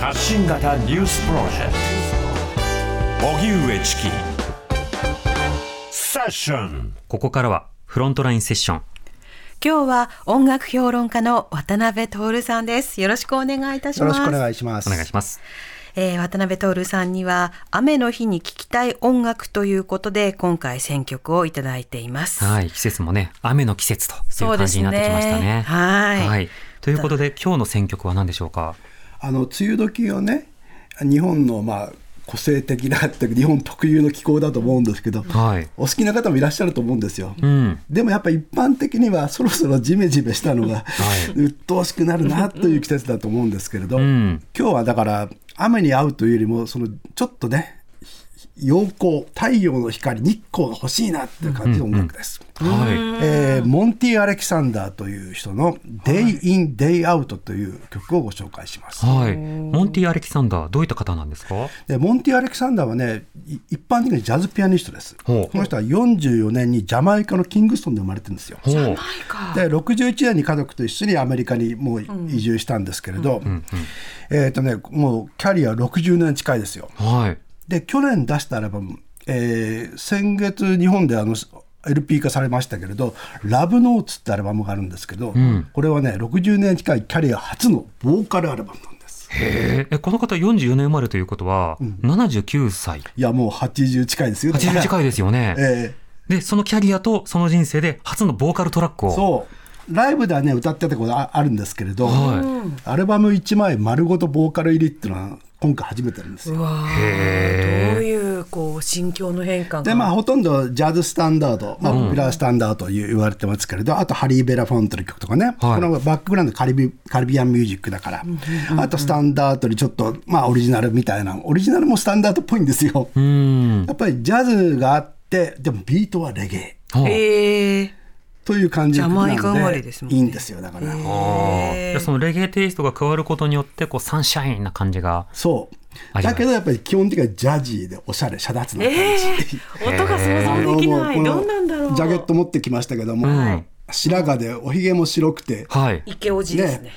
発信型ニュースプロジェクト荻上チキセッションここからはフロントラインセッション今日は音楽評論家の渡辺徹さんです。よろしくお願いいたしよまろす。しくお願いします。お願いしますえー渡辺徹さんには雨の日に聴きたい音楽ということで今回選曲をいただいています。はい季節もね雨の季節といそうう感でじすにねなってきましたねはいということで今日の選曲は何でしょうかあの梅雨時をね、日本のまあ個性的なっていうか日本特有の気候だと思うんですけど、はいお好きな方もいらっしゃると思うんですよ。うんでもやっぱ一般的にはそろそろジメジメしたのが、鬱陶しくなるなという季節だと思うんですけれど、ん今日はだから雨に合うというよりもそのちょっとね陽光太陽の光日光が欲しいなっていう感じの音楽です。はえーモンティ・アレキサンダーという人の「Day in Day Out」という曲をご紹介します。いはいモンティ・アレキサンダーどういった方なんですかでモンティ・アレキサンダーはねい一般的にジャズピアニストです。ほこうの人は44年にジャマイカのキングストンで生まれてるんですよ。ほうで61年に家族と一緒にアメリカにもう移住したんですけれど、えっ、とねもうキャリア60年近いですよ。はいで去年出したアルバム、えー先月日本であの LP 化されましたけれど「ラブノーツってアルバムがあるんですけど、これはね60年近いキャリア初のボーカルアルバムなんです。ええこの方44年生まれということは、79歳いやもう80近いですよ80近いですよね、 えでそのキャリアとその人生で初のボーカルトラックをーそうライブではね歌ってたことああるんですけれど、はいアルバム1枚丸ごとボーカル入りっていうのは今回初めてなんですようわへーーどういうこう心境の変化がでまあほとんどジャズスタンダード、まあ、ポピュラースタンダードという言われてますけれどあとハリー・ベラフォントの曲とかね、このバックグラウンドカリビカリビアンミュージックだから、あとスタンダードにちょっとまあオリジナルみたいなオリジナルもスタンダードっぽいんですよ、うんやっぱりジャズがあってでもビートはレゲエほうえーという感じの曲なのでジャマイカ生まれですもんねいいんですよだから、あーでそのレゲエテイストが加わることによってこうサンシャインな感じがそうありがだとけうどやっぱり基本的にはジャジーでおしゃれシャダツな感じ、音が想像できないどんなんだろうジャケット持ってきましたけども、はい白髪でおひげも白くて、はい池おじですね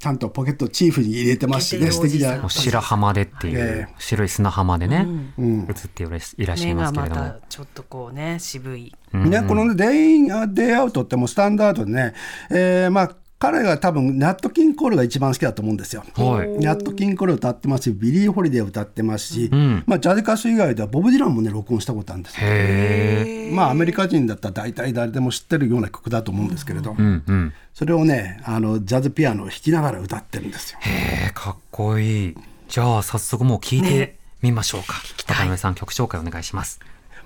ちゃんとポケットチーフに入れてますしね入れ素てる敵じゃもなう白浜でっていうえ白い砂浜でねん映っていらしいらっしゃ目いまがすけまれどたもちょっとこうね渋いみんなこのね「デイイン・デイアウト」ってもうスタンダードでね、えーまあ彼が多分ナット・キン・コールが一番好きだと思うんですよ。はいナット・キン・コール歌ってますしビリー・ホリデー歌ってますし、んまあ、ジャズ歌手以外ではボブ・ディランもね録音したことあるんですよ。へえまあアメリカ人だったら大体誰でも知ってるような曲だと思うんですけれど、うんうんそれをねあのジャズピアノを弾きながら歌ってるんですよ。へえかっこいいじゃあ早速もう聞いてみましょうか渡辺さん曲紹介お願いします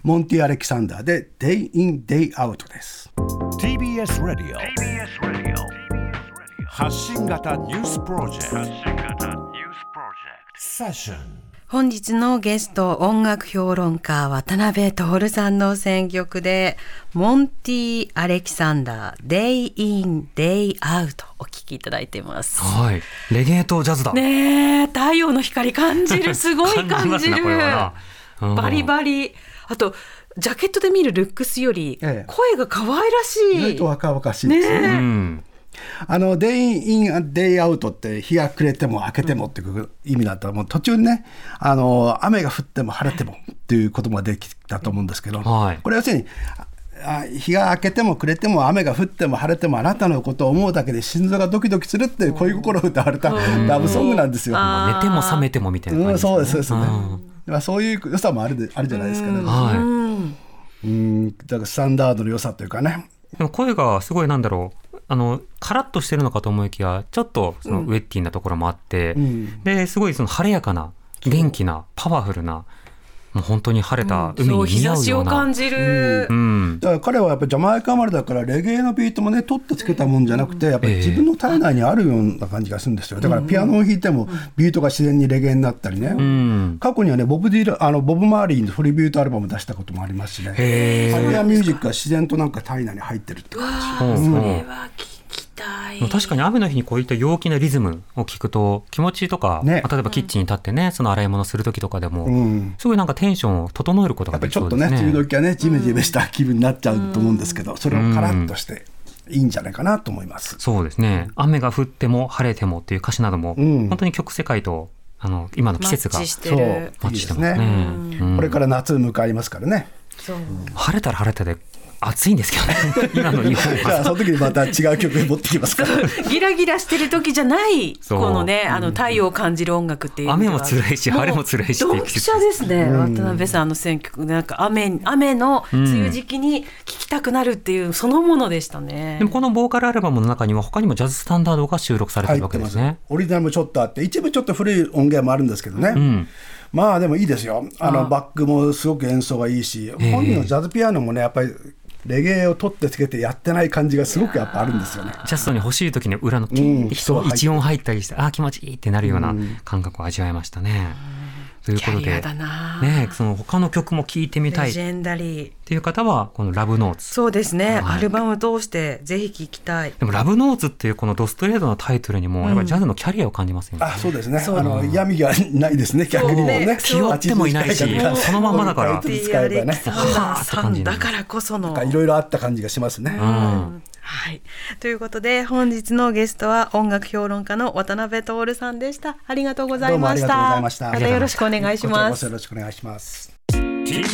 モンティ・アレキサンダーで「Day in Day Out」です。 TBS Radio 発信型ニュースプロジェクトセッション本日のゲスト音楽評論家渡辺徹さんの選曲でモンティ・アレキサンダー「Day in Day Out」お聴きいただいています。はいレゲエとジャズだ ねえ太陽の光感じるすごい感じ感ますじなるこれはなう んバリバリあとジャケットで見るルックスよりええ声が可愛らし意外い、と若々しいですね。うんあの、デイイン、デイアウトって日が暮れても明けてもっていう意味だったら、もう途中にね、あの、雨が降っても晴れてもっていうこともできたと思うんですけど、はいこれ要するに、ああ日が明けても暮れても雨が降っても晴れてもあなたのことを思うだけで心臓がドキドキするっていう恋心を歌われたラブソングなんですよ。まあ寝ても覚めてもみたいなう感ん、じそうですそうねですね。まあそういう良さもあるであるじゃないですかね。はいうん、だからスタンダードの良さというかね。でも声がすごいなんだろうあのカラッとしてるのかと思いきやちょっとそのウェッティなところもあって、んですごいその晴れやかな元気なパワフルなもう本当に晴れた海そうに日似合差うしようをな、感じる、うんだから彼はやっぱりジャマイカ生まれだからレゲエのビートもね取ってつけたもんじゃなくてやっぱり自分の体内にあるような感じがするんですよだからピアノを弾いてもビートが自然にレゲエになったりね、うん過去にはねボブ・ディラあのボブ・マーリーのトリビュートアルバム出したこともありますしねへカえ、リアミュージックが自然となんか体内に入ってるって感うんこうんれは聞きたい、でも確かに雨の日にこういった陽気なリズムを聞くと気持ちとか、ねまあ例えばキッチンに立ってねその洗い物する時とかでも、じ、うん、すごいなんかテンションを整えることやがでっぱりきちょそっうとですねね。梅雨時はねジメジメした気分になっちゃうと思うんですけどそれをカラッとしていいんじゃないかなと思います。そうですね雨が降っても晴れてもっていう歌詞なども、うん本当に曲世界とあの今の季節がマッチしてそうるマッいいチしてですますね、ね。うんこれから夏向かいますからねそう晴れたら晴れたで暑いんですけどね 今の日本 じゃあは。その時にまた違う曲に持ってきますから ギラギラしてる時じゃないそうこのねあの太陽を感じる音楽っていう雨も辛いしう晴れも辛いしってドいうン季ピ節シャですね、渡辺さんの選曲なんか雨雨の梅雨時期に聴きたくなるっていうそのものでしたね、でもこのボーカルアルバムの中には他にもジャズスタンダードが収録されて入るわっけてでますすね。オリジナルもちょっとあって一部ちょっと古い音源もあるんですけどね、うん、まあでもいいですよあのあバックもすごく演奏がいいし本人のジャズピアノもねやっぱりレゲエを取ってつけてやってない感じがすごくやっぱあるんですよねジャストに欲しい時に裏のキーンってうん一音入ったりして、ああ気持ちいいってなるような感覚を味わいましたね。というキこャとリアでだ、な、ね、その他の曲も聴いてみたいレっジェンダリーていう方はこの「ラブノーツ」そうですね、はいアルバム通してぜひ聴きたいでも「ラブノーツ」っていうこのドストレートなタイトルにもやっぱりジャズのキャリアを感じますよね。あそうですねあの闇がない ですね逆にもねそうね気負ってもいないし80時代らそのまんまだからこういうタイトル使えばねサンダーさんはあだからこそのなんかいろいろあった感じがしますねうんはい、ということで本日のゲストは音楽評論家の渡辺徹さんでしたありがとうございましたどうもありがとうございましたまたよろしくお願いしこちらまこそすよろしくお願いします。 TBS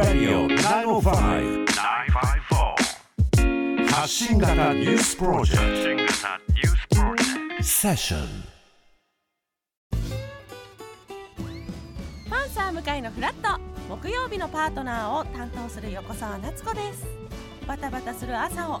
Radio 905 954発信型ニュースプロジェクト発信型ニュースプロジェクトセッションパンサー向かいのフラット木曜日のパートナーを担当する横澤夏子ですバタバタする朝を